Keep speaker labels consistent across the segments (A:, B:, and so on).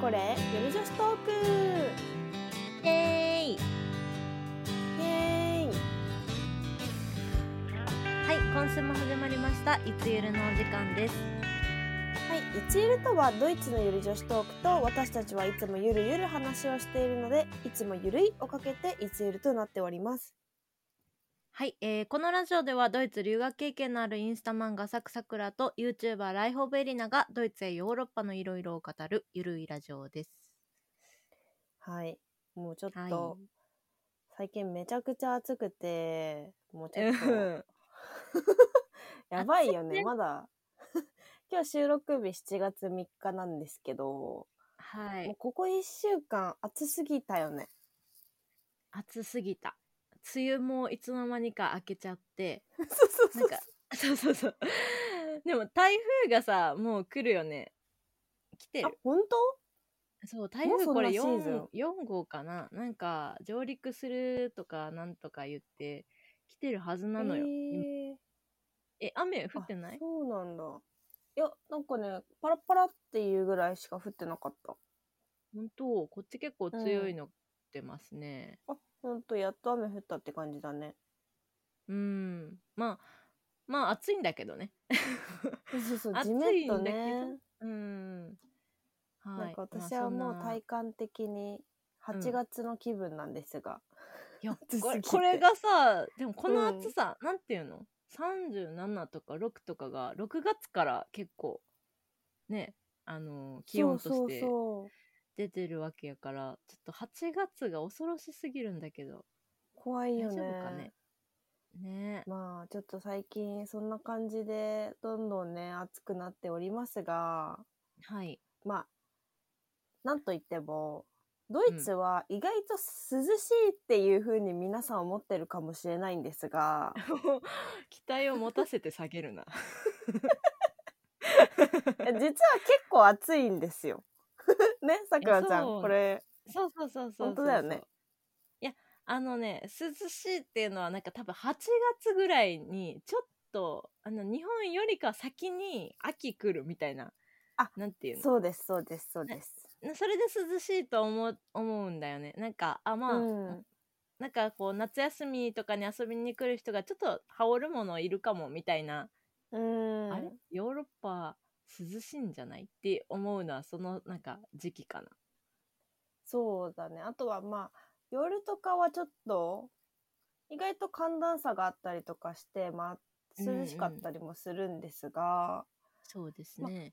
A: これゆる女子トーク
B: えーい
A: イエーイ
B: はい今週も始まりましたいつゆるのお時間です
A: はい、いちゆるとはドイツのゆる女子トークと私たちはいつもゆるゆる話をしているのでいつもゆるいをかけていちゆるとなっております
B: はい、えーこのラジオではドイツ留学経験のあるインスタ漫画サクサクラと YouTuber ライホーベリナがドイツやヨーロッパのいろいろを語るゆるいラジオです
A: はいもうちょっと、
B: はい
A: 最近めちゃくちゃ暑くてもうちょっと
B: う
A: やばいよ
B: 暑い
A: ね
B: ね
A: まだ 今日収録日7月3日なんですけど、
B: は
A: もう
B: い
A: ここ1週間暑すぎたよね
B: 暑すぎた梅雨もいつの間にか明けちゃ って
A: そうそう
B: なんかそうそうそうでも台風がさもう来るよね来て
A: あ
B: る
A: 本
B: そう台
A: もう
B: 風
A: そん
B: こ
A: な
B: れ
A: シーズ
B: 4, 4号かななんか上陸するとかなんとか言って来てるはず
A: 当
B: なのよ、今
A: へー
B: え雨降ってな
A: あ
B: い
A: そうなんだいやなんかねパラパラっていうぐらいしか降ってなかった
B: 本当こっち結構強いの降ってますね
A: あほんとやっと雨降ったって感じだね
B: うんまあまあ暑いんだけどね
A: そうそうそう
B: 暑
A: じめ
B: い
A: っ
B: ん
A: と
B: だけ
A: ね
B: どうんはい
A: なんか私はもう
B: まあそんな
A: 体感的に
B: うん
A: 8月の気分なんですが、
B: いや
A: 暑すぎて
B: これこれがさでもこ
A: う
B: の
A: ん
B: 暑さ、なんていうの37とか6とかが6月から結構ねあの気温と
A: そ
B: し
A: うそう
B: て
A: そう
B: 出てるわけやからちょっと8月が恐ろしすぎるんだけど
A: 怖い
B: 大
A: よ
B: 丈
A: ね
B: 夫かねねえ
A: まあちょっと最近そんな感じでどんどんね暑くなっておりますが
B: はい
A: まあ、なんといっても、ドイツは意外と涼しいっていう風に皆さん思ってるかもしれないんです が、
B: 期待を持たせて下げるな
A: 実は結構暑いんですよ。 ね、さくらちゃん、
B: そう
A: これ、
B: そうそうそうそうそう
A: 本当だよね
B: いやあのね涼しいっていうのはなんか多分8月ぐらいにちょっとあの日本よりか先に秋来るみたいな
A: あ
B: なんていうの
A: そうです、そうです、そうです。
B: なそれで涼しいと思う思うんだよねなんかあまあ、
A: うん。
B: なんかこう夏休みとかに遊びに来る人がちょっと羽織るものいるかもみたいな、
A: うん。
B: あれヨーロッパ涼しいんじゃないって思うのはそのなんか時期かな
A: そうだね。あとはまあ、夜とかはちょっと、意外と寒暖差があったりとかして、まあ、涼しかったりもするんですが、
B: そうです
A: ま
B: ね、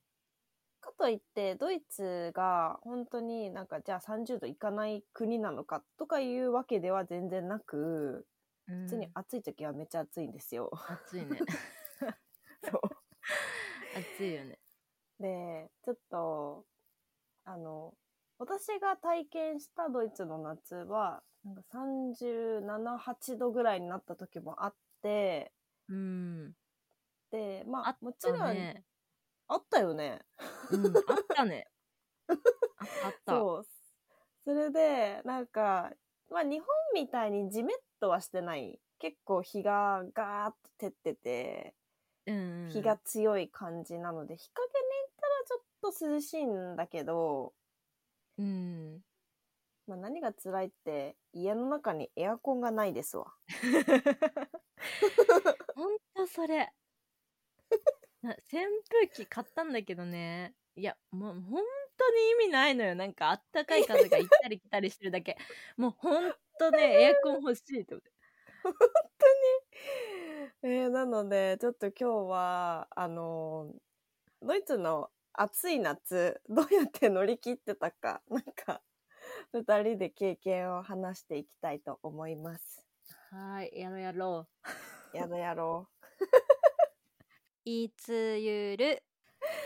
A: かといってドイツが本当になんかじゃあ30度いかない国なのかとかいうわけでは全然なく
B: うん
A: 普通に暑い時はめっちゃ暑いんですよ。
B: 暑 いね
A: そ
B: 暑いよね
A: うでちょっとあの私が体験したドイツの夏はなんか378度ぐらいになった時もあって
B: うん
A: でま
B: あ
A: あ
B: っ
A: もち
B: た
A: ろん
B: ね
A: あったよね。
B: うん、あった ねああった
A: そうそれでなんか、まあ、日本みたいにジメッとはしてない結構日がガーッと照ってて
B: うんうん
A: 日が強い感じなので、日陰に行ったらちょっと涼しいんだけど、
B: うん
A: まあ、何が辛いって家の中にエアコンがないですわ。
B: ほんとそれな扇風機買ったんだけどねいやもうほんとに意味ないのよなんかあったかい風が行ったり来たりしてるだけ もうほんとねエアコン欲しいと思って
A: えーなのでちょっと今日はあのドイツの暑い夏どうやって乗り切ってたかなんか2人で経験を話していきたいと思います。
B: はーいやろうやろう
A: やろやろ
B: いつゆる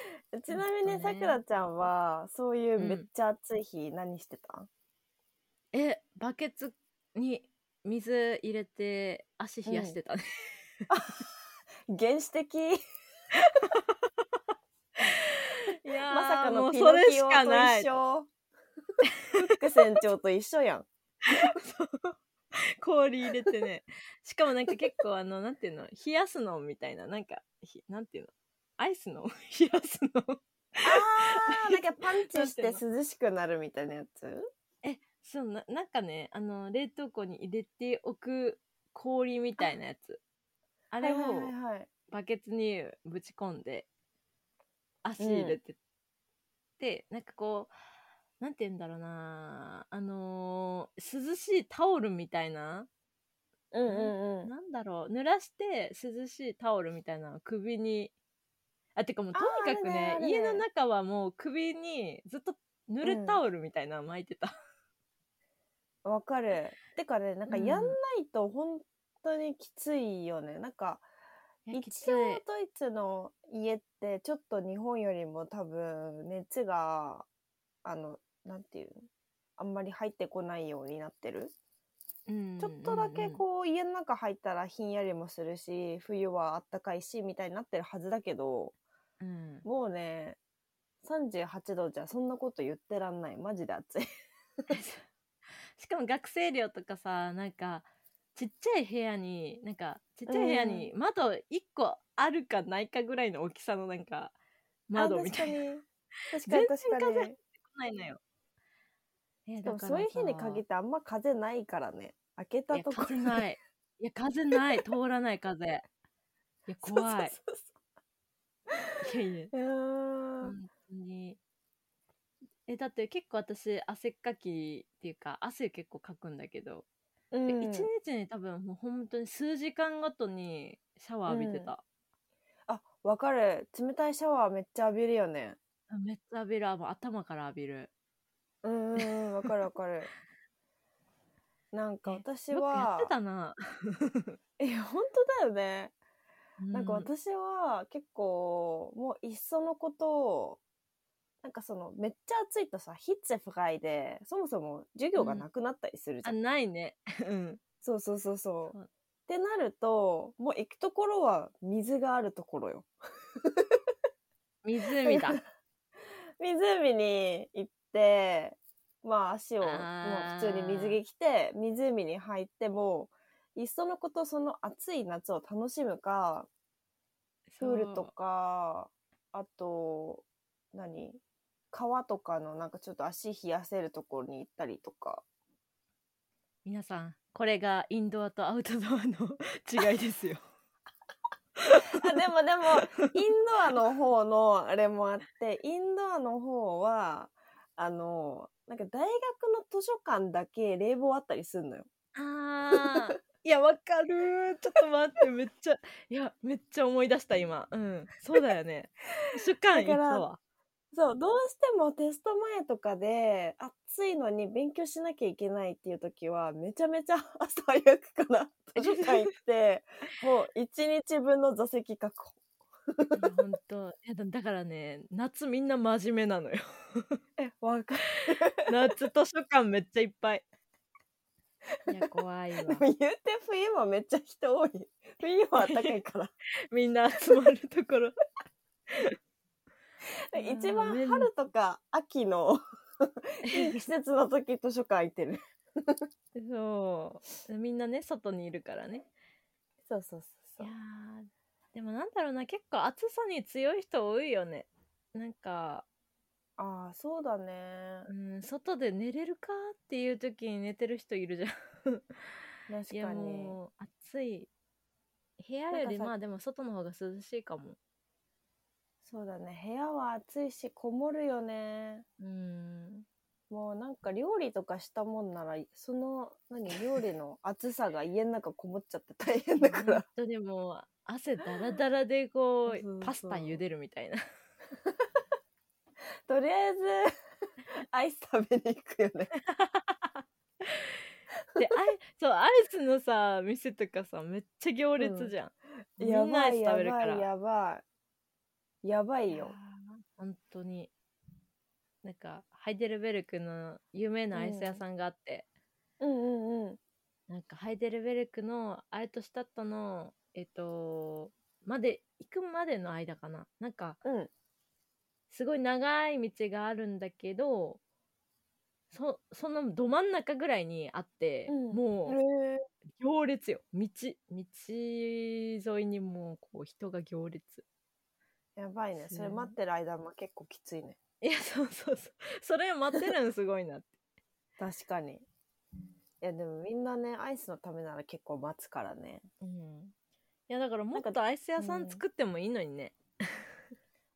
A: う。ちなみに
B: ほんと
A: さ
B: ね
A: くらちゃんはそういううんめっちゃ暑い日何してた、
B: えバケツに水入れて足冷やしてたね、
A: 原始 的
B: いやー
A: まさか
B: も
A: の
B: う
A: ピ
B: そ
A: ノ
B: れし
A: キオ
B: か
A: と
B: ない
A: 一緒。フック船長と一 緒やん。
B: 氷入れてねしかもなんか結構あのなん ていうの冷やすのみたいななんかひなんていうのアイスの冷やすの
A: あー、なんかパ ンチして
B: なんて
A: 涼しくなるみたいなやつ
B: えそうななんかねあの冷凍庫に入れておく氷みたいなやつあ
A: あ
B: れを
A: はいはいはいはい、
B: バケツにぶち込んで足入れて、でなんかこうなんて言うんだろうなあのー涼しいタオルみたいな
A: うんうんうん。
B: なんだろう濡らして涼しいタオルみたいなのを首にあてかもうとにかく
A: あーあ
B: ね
A: るねあるね
B: 家の中はもう首にずっと濡れ
A: うん
B: タオルみたいなの巻いてた、
A: わかる。てかね、なんか
B: うん
A: やんないと本当にきついよね。なんか、
B: い や
A: 一
B: きつい
A: 応ドイツの家ってちょっと日本よりも多分熱が、あの、なんていうのあんまり入ってこないようになってる。
B: うん
A: ちょっとだけこう家の中入ったらひんやりもするし、冬はあったかいし、みたいになってるはずだけど、
B: うん、うん
A: もうね、38度じゃそんなこと言ってらんない。マジで暑い。
B: しかも学生寮とかさなんかちっちゃい部屋になんかちっちゃい部屋に窓1個あるかないかぐらいの大きさのなんか窓みたいな来
A: あ。確かに。確かに
B: 全然
A: 確か
B: 風
A: に。
B: ないのよ。 えー
A: でも
B: だからさ
A: そういう日に限ってあんま風ないからね。開けた
B: いや
A: とこ
B: 風
A: ろに
B: ない。いや風ない通らない風。いや怖い。
A: そうそう
B: いやいや
A: そうそう。いやー
B: 本当に。えだって結構私汗っかきっていうか汗結構かくんだけど、
A: う
B: 一
A: ん
B: 日に多分もう本当に数時間ごとにシャワー浴びてた。
A: あ、わかる。冷たいシャワーめっちゃ浴びるよね。
B: めっちゃ浴びるあもう頭から浴びる。
A: うんうんうん、わかるわか る。なんか
B: ね
A: 私
B: よくやっ
A: は
B: て、たな。
A: え、本当だよね。なんか
B: う
A: 私は結構、もういっそのことを、なんかその、めっちゃ暑いとさ、ヒッツェフライで、そもそも授業がなくなったりするじゃ
B: あ
A: ん。
B: な いね。うん。
A: そうそうそうそう。
B: そう
A: ってなると、もう行くところは水があるところよ。
B: 湖だ。
A: 湖に行って、まあ足を、もう
B: あ
A: 普
B: ー
A: 通に水着着て、湖に入っても、いっそのことその暑い夏を楽しむか、プールとか、あと、何川とかのなんかちょっと足冷やせるところに行ったりと か。
B: 皆さんこれがインドアとアウトドアの違いですよ
A: あでもでも インドアの方のあれもあってインドアの方はあのなんか大学の図書館だけ冷房あったりすんのよ。
B: あーいやわかる ーちょっと待ってめっちゃいやめっちゃ思い出した今うんそうだよね 図書館行ったわ
A: そうどうしてもテスト前とかで暑いのに勉強しなきゃいけないっていう時はめちゃめちゃ 朝早くから 図書館行ってもう一日分の座席確保。
B: いやほんといやだだからね夏みんな真面目なのよ
A: えわかる
B: 夏図書館めっちゃいっぱいいや怖い
A: で
B: わ
A: も言うて冬はめっちゃ人多い冬は暖かいから。
B: みんな集まるとこ ろ
A: で
B: うん
A: 一番
B: めん
A: 春とか秋の いい季節の時図書館行ってる。
B: そうみんなね外にいるからね
A: そうそう
B: いやーでもなんだろうな結構暑さに強い人多いよねなんか、
A: ああ、そうだね。
B: うん、外で寝れるかっていう時に寝てる人いるじゃん い
A: 確
B: や
A: かに。
B: もう暑い部屋よ
A: なんか
B: り
A: さ
B: まあでも外の方が涼しいかも
A: そうだね。部屋は暑いし、こもるよね。
B: うん
A: もうなんか料理とかしたもんなら、その、何、料理の暑さが家の中こもっちゃって大変 だか
B: 本
A: ら。
B: 当にもう汗だらだらでこ
A: そうそう
B: うパスタ茹でるみたいな
A: とりあえず、アイス食べに行くよね。
B: でアイそうアイスのさ店とかさめっちゃ行列じゃん、み
A: や
B: んなア
A: ば
B: イ
A: い、
B: ス
A: や
B: 食べる
A: ば
B: か
A: い、
B: ら
A: やばい。やばい
B: いやー
A: よ。
B: 本当になんかハイデルベルクの有名なアイス屋さんがあって、
A: うんうんうん。
B: なんかハイデルベルクのアルトシュタットのえっとまで行くまでの間かななんか
A: うん。
B: すごい長い道があるんだけどそそのど真ん中ぐらいにあって、
A: うん
B: もう
A: へー
B: 行列よ道道沿いにもうこう人が行列
A: やばいね。それ待ってる間も結構きついね。
B: いやそうそうそうそれ待ってるのすごいなって
A: 確かに。いや、でもみんなね、アイスのためなら結構待つからね。
B: うんいやだからもっとアイス屋さん作ってもいいのにね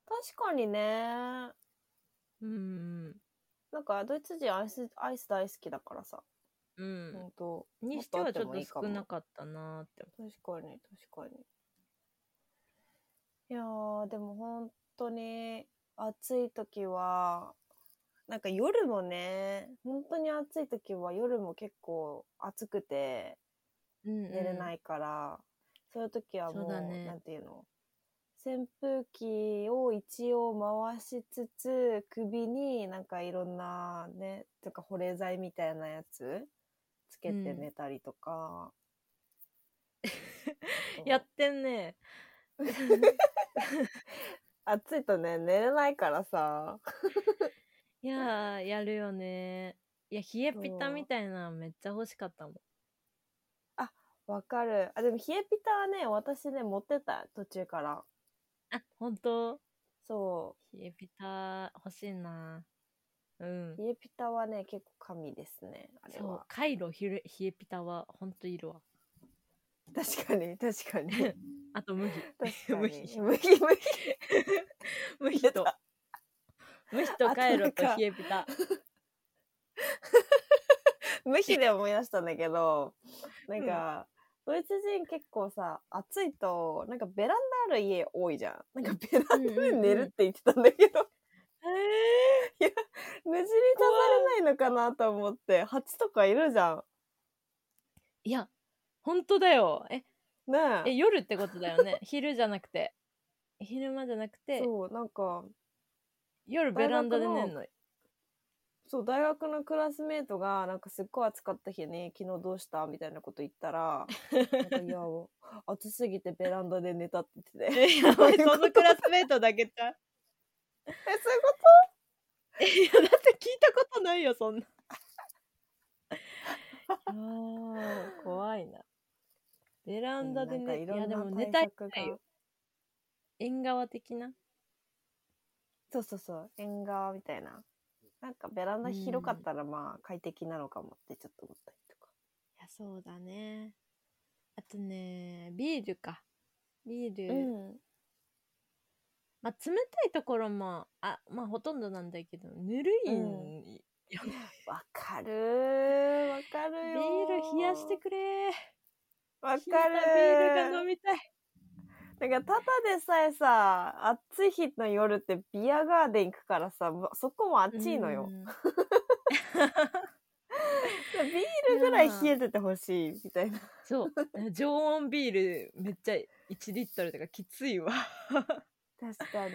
A: 確かにね。
B: うん
A: なんかドイツ人アイス、アイス大好きだからさ。
B: う
A: ほ
B: ん、
A: んと。
B: にしてはちょ
A: もとあ
B: っ
A: も
B: と
A: いいか
B: 少
A: も
B: なかったなーって
A: 確かに、確かに。いやー、でも本当に暑い時は、なんか夜もね、本当に暑い時は夜も結構暑くて
B: 思う、
A: 寝れないいから、そういう時はも
B: そう
A: う、
B: だね
A: なんていうの扇風機を一応回しつつ、首になんかいろんなね、とか保冷剤みたいなやつつけて
B: うん
A: 寝たりと か。そう
B: やってんね
A: 暑いとね、寝れないからさ。
B: いやーやるよねいや冷えピタみたいなのめっちゃ欲しかったもん
A: わかる。あ、でも冷えピタはね、私ね、持ってた、途中から。
B: あ本当
A: そ
B: 冷えピタ欲しいなうん
A: う。冷えピタはね、結構神ですね、あれ
B: そう
A: は。
B: カイロひれ冷えピタはほんといるわ
A: 確かに、確かに。 確
B: あと 麦
A: かに。
B: 無
A: 無
B: 比
A: 比、無比。
B: 麦
A: 出
B: と
A: た
B: 麦とカイロと
A: あとなんか
B: 冷えピタ
A: 無比で思い出したんだけ ど、なんか、ドイツ人結構さ、暑いと、なんかベランダある家多いじゃん。なんかベランダで寝るって言ってたんだけど、 無事に出されないのかなと思って、蜂とかいるじゃ
B: いやほんとだよえ
A: ん。ねえ。
B: え夜ってことだよね 昼じゃなくて昼間じゃなくて
A: そう、なんか、
B: 夜ベランダで寝んの
A: そう、大学のクラスメートが、なんかすっごい暑かった日に、昨日どうしたみたいなこと言ったら、なん か、いや、暑すぎてベランダで寝たって言ってて。
B: えやばいそのクラスメートだけちゃう
A: え、そういうこ
B: え いやだって聞いたことないよそんなあー怖いなベラ
A: と
B: ンダで
A: なんか
B: 寝
A: い
B: いやで
A: ろ
B: も
A: ん
B: 寝
A: な
B: た
A: 対
B: い
A: 策が。
B: よ縁側的な
A: そうそうそう、縁側みたいな。なんかベランダ広かったら、まあ、快適なのかもってちょっと思ったりとか。
B: いや、そうだね。あとね、ビールか。ビール。
A: うん。
B: まあ、冷たいところも、あ、まあ、ほとんどなんだけど、ぬるいん
A: う
B: よ
A: わかるー。わかる
B: ビ
A: よ
B: ール冷やしてくれ。
A: わかる
B: 冷えたビールが飲みたい。
A: なんかただでさえさ暑い日の夜ってビアガーデン行くからさもうそこも暑いのよ、
B: うん。
A: ビールぐらい冷えててほしいみたいな
B: そう。 常温ビール、めっちゃ1リットルとかきついわ。
A: 確かに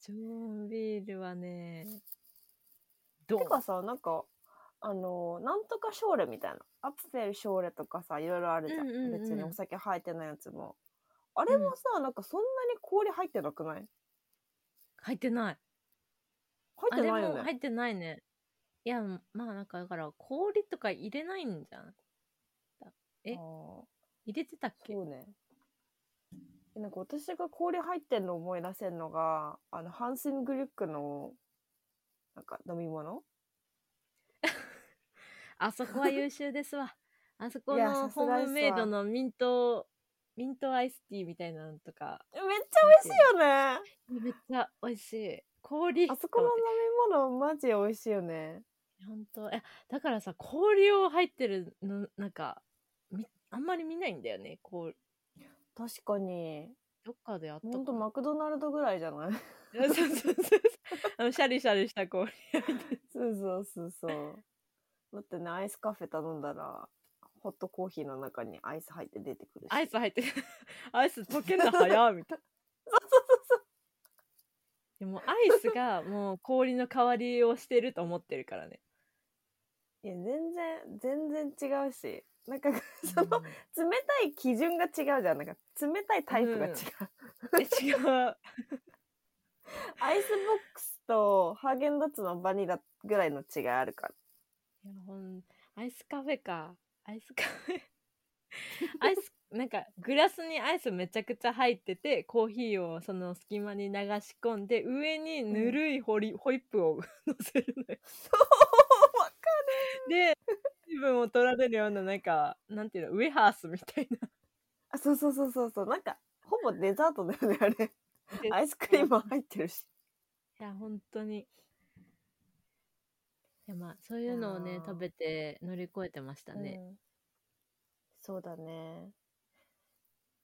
B: 常温ビールはね、どう
A: てかさなんかあのなんとかショーレみたいなアップフェルショーレとかさいろいろあるじゃん,、
B: うんうんうん
A: 別にお酒入ってないやつもあれもさ、なんかそんなに氷入ってなくない
B: 入ってない。
A: 入ってない
B: あ、
A: よ
B: でも
A: ね
B: 入ってないね。いや、まあなんかだから氷とか入れないんじゃん。え
A: あー
B: 入れてたっけ
A: そうね。なんか私が氷入ってんの思い出せんのが、あの、ハンスングリュックの、なんか飲み物
B: あそこは優秀です わ。あそこ
A: いや
B: の
A: さすが
B: ホ
A: ですわ
B: ームメイドのミント、ミントアイスティーみたいなのとか、
A: めっちゃ美味しいよね。
B: めっちゃ美味しい。氷
A: あそこの飲み物マジ美味しいよね。
B: 本当え、だからさ、氷を入ってるの、なんか、みあんまり見ないんだよね。こう、
A: 確かに。
B: どっかであった
A: ほんと
B: かな
A: マクドナルドぐらいじゃない
B: そうそうそうそう。あの、シャリシャリした氷。
A: そうそうそうそう。だってね、アイスカフェ頼んだら、ホットコーヒーの中にアイス入って出てくるし。
B: アイス入ってる。 アイス溶けんの早っみたいな。でもアイスがもう氷の代わりをしてると思ってるからね。
A: いや、全然、全然違うし。なんか、 その、冷たい基準が違うじゃん。なんか、冷たいタイプが違う。
B: うんえ違う。
A: アイスボックスとハーゲンダッツのバニラぐらいの違いあるから。
B: いやほんアイスカフェかアイスカフェアイスなんかグラスにアイスめちゃくちゃ入っててコーヒーをその隙間に流し込んで上にぬるいホリ、ホイップを 乗せるのよ。
A: わ
B: で水分を取られるようななんかなんていうのウェハースみたいな。
A: あ、そうそうそうそうそう。なんか、ほぼデザートだよね、あれ。
B: で
A: アイスクリームも入ってるし。
B: いや本当に。いやまあそういうの
A: い
B: を
A: や
B: ね
A: ー
B: 食べて乗り越えてましたね。
A: うんそうだね。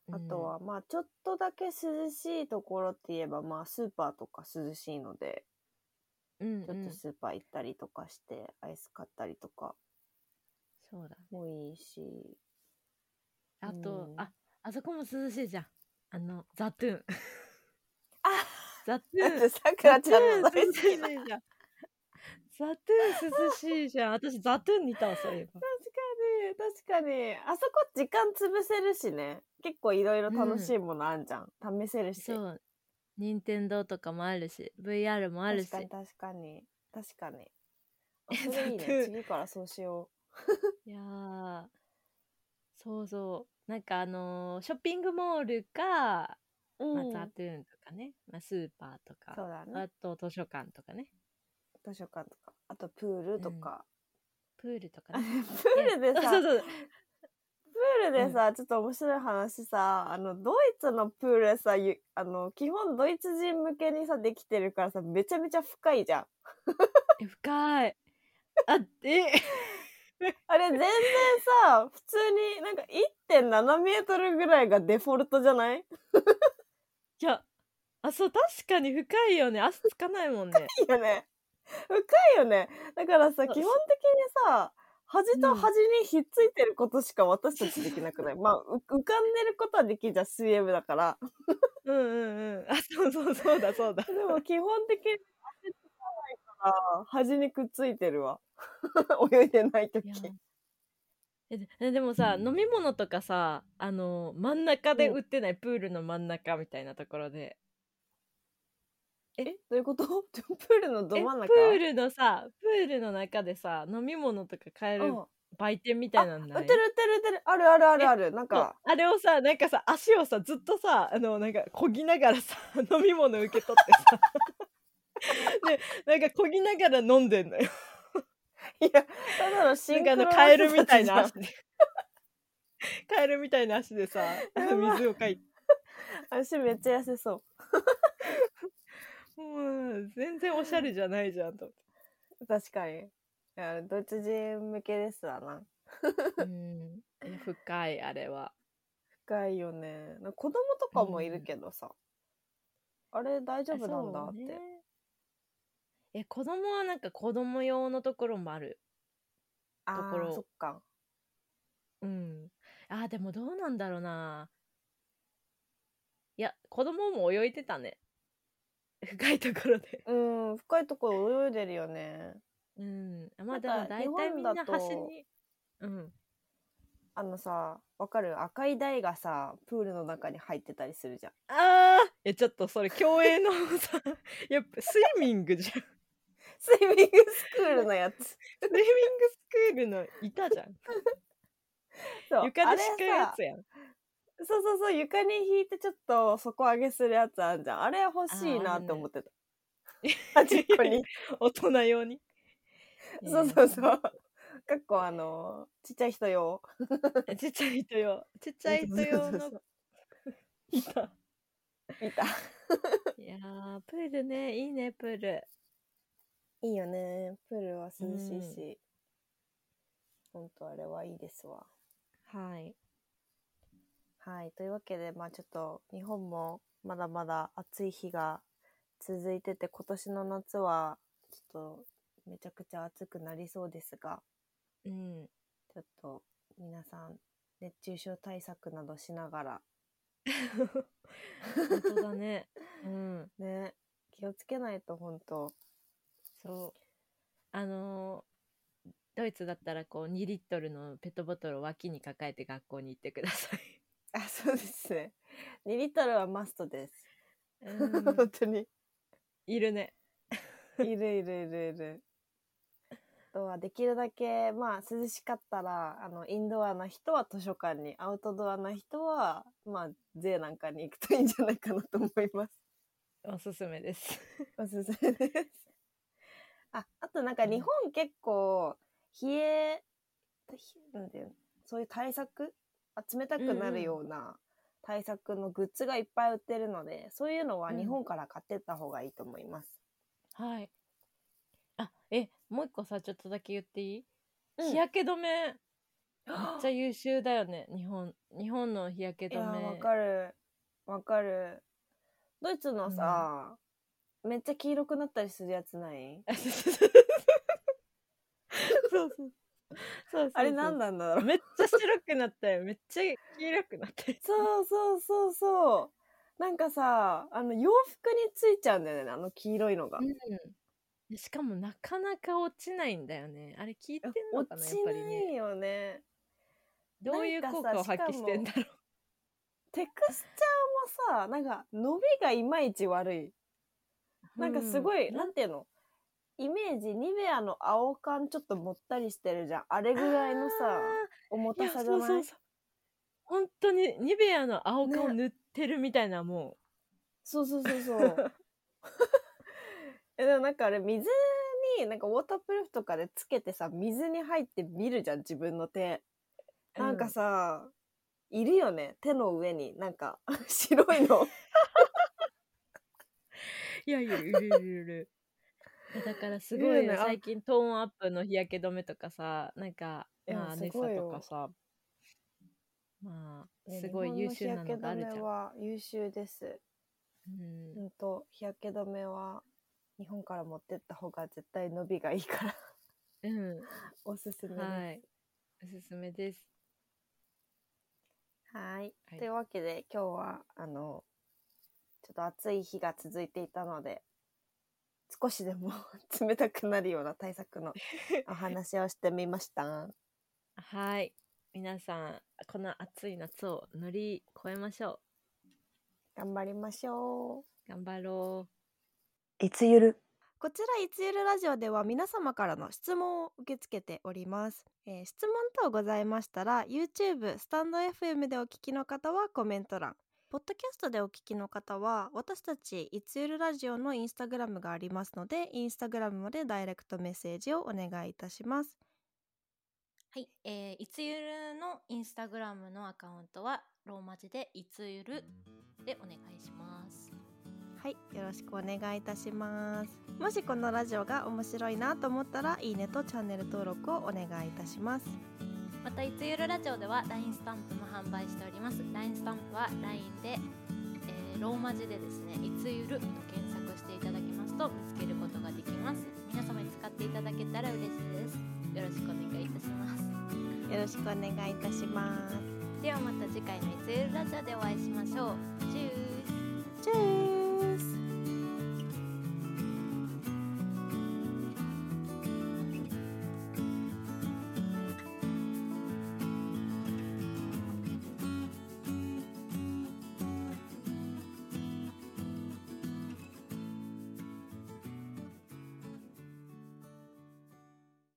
B: う
A: あ
B: ん
A: とは、まあ、ちょっとだけ涼しいところって言えば、まあ、スーパーとか涼しいので、
B: うん
A: ち
B: う
A: ょっ
B: ん
A: とスーパー行ったりとかして、アイス買ったりとか
B: そうだ。
A: もいいし。
B: あと、
A: うん
B: ああそこも涼しいじゃん。あのザトゥーン。
A: あ
B: ザト
A: だ
B: ゥ
A: っ
B: ーン
A: て、さくらちゃんの
B: ザトゥ
A: 大
B: ーン涼
A: 好
B: し
A: き
B: い
A: な。確か
B: じゃん。ザトゥーン涼しいじゃん。私ザトゥーンにいたわ、そういえば。
A: に、確かに。あそこ時間潰せるしね。結構いろいろ楽しいものあんじゃん。試せるし。
B: そう。任天堂とかもあるし、VR もあるし。
A: 確かに確かに 確かにあそれいい
B: だっ
A: ね
B: て
A: 次からそうしよ
B: いやーそうそう。なんかあのーショッピングモールか、
A: う、
B: まあ
A: うん
B: ザトゥーンとかね、まあ、スーパーとか、
A: そうだね
B: あと図書館とかね、
A: 図書館とかあとプールとか、
B: プールとかね。
A: プールでさ
B: そうそうそう。
A: プールでさ、ちょっと面白い話さあのドイツのプールさゆあの基本ドイツ人向けにさできてるからさめちゃめちゃ深いじゃん
B: え深い。あ、え、
A: あ れ全然さ普通になんか1.7メートルぐらいがデフォルトじゃない
B: いや、あ、そう、確かに深いよね。足つかないもんね。
A: いいよね。深いよね。だからさ、
B: そう
A: 基本的にさ、端と端にひっついてることしか私たちできなくない。まあ、う浮かんでることはできんじゃん、水泳部だから。
B: うんうんうん。あ、そうそう、そうだ、そうだ。
A: でも基本的に端つかないから、端にくっついてるわ。 泳いでないとき
B: い。やえでえでもさ、飲み物とかさ、あの、真ん中で売ってない、プールの真ん中みたいなところで。
A: え、どういうこと プールのど
B: え
A: 真ん中
B: プールのさ、プールの中でさ、飲み物とか買え
A: う
B: る
A: ん
B: 売店みたいなの
A: 売
B: な
A: っ
B: い
A: てる売ってる売ってる。あるあるあるある。なん
B: そう
A: か、
B: あれをさ、なんかさ、足をさ、ずっとさ、あの、なんか、こぎながらさ、飲み物受け取ってさ。で、なんか、こぎながら飲んでんのよ。
A: いや、ただの
B: な
A: シンク
B: んか、あ
A: ロの
B: の、カエルみたい な
A: 人
B: 足で。カエルみたいな足でさ、あの
A: やばい
B: 水をかいて。
A: たちじゃん。足めっちゃ痩せそう。
B: もう、全然おしゃれじゃないじゃん、と思っ
A: 確かに。いやドイツ人向けですわな。
B: て。うん。深い、あれは。
A: 深いよね。なんか子供とかもいるけどさ。あれ大丈夫なんだって。
B: そうねえ、子供はなんか子供用のところもある。
A: あ
B: とこ
A: ー
B: ろ
A: そっか。
B: うん。あー、でもどうなんだろうな。いや、子供も泳いでたね。 深いところで。
A: うん、深いところ泳いでるよね。
B: うん。まあで
A: なん
B: も
A: か
B: 大体みんな
A: 日本だと
B: 端に。うん。
A: あのさ、わかる赤い台がさ、プールの中に入ってたりするじゃん。
B: あーえ、ちょっとそれ、競泳のさ、 やっぱスイミングじゃん。ス イ
A: スイミングスクールのや つ。
B: ミングスクールの板じゃん。
A: そう
B: 床で敷くや
A: あれ
B: つやん。
A: さそうそうそう、床に引いてちょっと底上げするやつあんじゃん。あれ欲しい
B: あー
A: な
B: あ
A: っ
B: る
A: て
B: ね
A: 思 ってた。端っこに。
B: 大人用に。
A: そうそう
B: う。
A: そう。かっこあの、ちっちゃい人用。
B: ちっちゃい人用。ちっちゃい人
A: そ
B: 用
A: うそうそ
B: の
A: う
B: 板。
A: 見た。
B: いやー、プールね、いいね、プール。
A: いいよね。プールは涼しいし。ほんとあれはいいですわ。
B: はい。
A: はい。というわけで、まあちょっと日本もまだまだ暑い日が続いてて、今年の夏はちょっとめちゃくちゃ暑くなりそうですが、
B: うん。
A: ちょっと皆さん熱中症対策などしながら、
B: 本当だ ね。うん。
A: ね、気をつけないと本当
B: そう。あのードイツだったらこう2リットルのペットボトルを脇に抱えて学校に行ってください。
A: あ、そうですね。2リット ルはマストです。
B: うん
A: 本当に。
B: いるね。
A: いるいるいるいる。とはできるだけ、まあ、涼しかったら、あの、インドアな人は図書館に、アウトドアな人は、まあ、税なんかに行くといいんじゃないかなと思います。
B: おすすめです。
A: おすすめです。あ、あとなんか日本結構、冷え、ひなんていうのそういう対策あ冷たくなるような対策のグッズがいっぱい売ってるので、そういうのは
B: うん
A: 日本から買ってった方がいいと思います。
B: はい。あ、え、もう一個さ、ちょっとだけ言っていい、
A: うん
B: 日焼け止め、めっ
A: め
B: ちゃ優秀だよね。日本、日本の日焼
A: い
B: け
A: や
B: 止め。
A: ーわかるわかるドイツのさ、めっちゃ黄色くなったりするやつない
B: あ そうそうそうそうそう。そうそうそう
A: あれ何なんだろ う
B: めっちゃ白くなったよ。めっちゃ黄色くなったよ。
A: そうそうそうそうなんかさあの洋服についちゃうんだよねあの黄色いのが、
B: うん、しかもなかなか落ちないんだよね。あれ聞いてんの
A: 落
B: かなやっ
A: ち
B: ぱ
A: な
B: りね。
A: いよね
B: どういう効果を発揮してんだろう。
A: テクスチャーもさなんか伸びがいまいち悪いなんかすごい、
B: う
A: なんていうのイメージニベアの青缶ちょっともったりしてるじゃんあれぐらいのさ重
B: い
A: た
B: やそ
A: さ
B: う
A: じゃない
B: そうそう本当にニベアの青缶を塗ってるみたいな、も
A: そうそうそうそう。 えでもなんかあれ水になんかウォータープルーフとかでつけてさ水に入って見るじゃん自分の手。
B: う
A: なんか、さ、いるよね手の上になんか 白いの。
B: うんいやいやいるい るいるいやだからすご
A: いる
B: い
A: よ
B: よ
A: ねあ
B: 最近トーンアップの日焼け止めとかさなんか
A: いや
B: まあア
A: す
B: ネッサ
A: ごいよ
B: とかさまあ すごい優秀なのがあるじゃ
A: 日本の日焼け止め
B: ん、
A: は優秀です。
B: うん
A: ほ、んと日焼け止めは日本から持ってった方が絶対伸びがいいから
B: うん
A: おすすめです。
B: はいおすすめです
A: はい
B: はい
A: というわけで今日はあのちょっと暑い日が続いていたので少しでも 冷たくなるような対策のお話をしてみました。
B: はい皆さんこの暑い夏を乗り越えましょ
A: 頑張りましょ
B: う頑張ろ
A: う。いつゆるこちらいつゆるラジオでは皆様からの質問を受け付けております。えー質問等ございましたら YouTube、スタンド FM でお聞きの方はコメント欄ポッドキャストでお聞きの方は私たちいつゆるラジオのインスタグラムがありますのでインスタグラムまでダイレクトメッセージをお願いいたします
C: はい、えーいつゆるのインスタグラムのアカウントはローマ字でいつゆるでお願いします。
A: はいよろしくお願いいたしますもしこのラジオが面白いなと思ったらいいねとチャンネル登録をお願いいたします
C: またいつゆるラジオでは LINE スタンプも販売しております。LINE スタンプは LINE で、えーローマ字でですね、いつゆると検索していただきますと見つけることができます。皆様に使っていただけたら嬉しいです。よろしくお願いいたします。
A: よろしくお願いいたします
C: ではまた次回のいつゆるラジオでお会いしましょう。チュース
A: チュー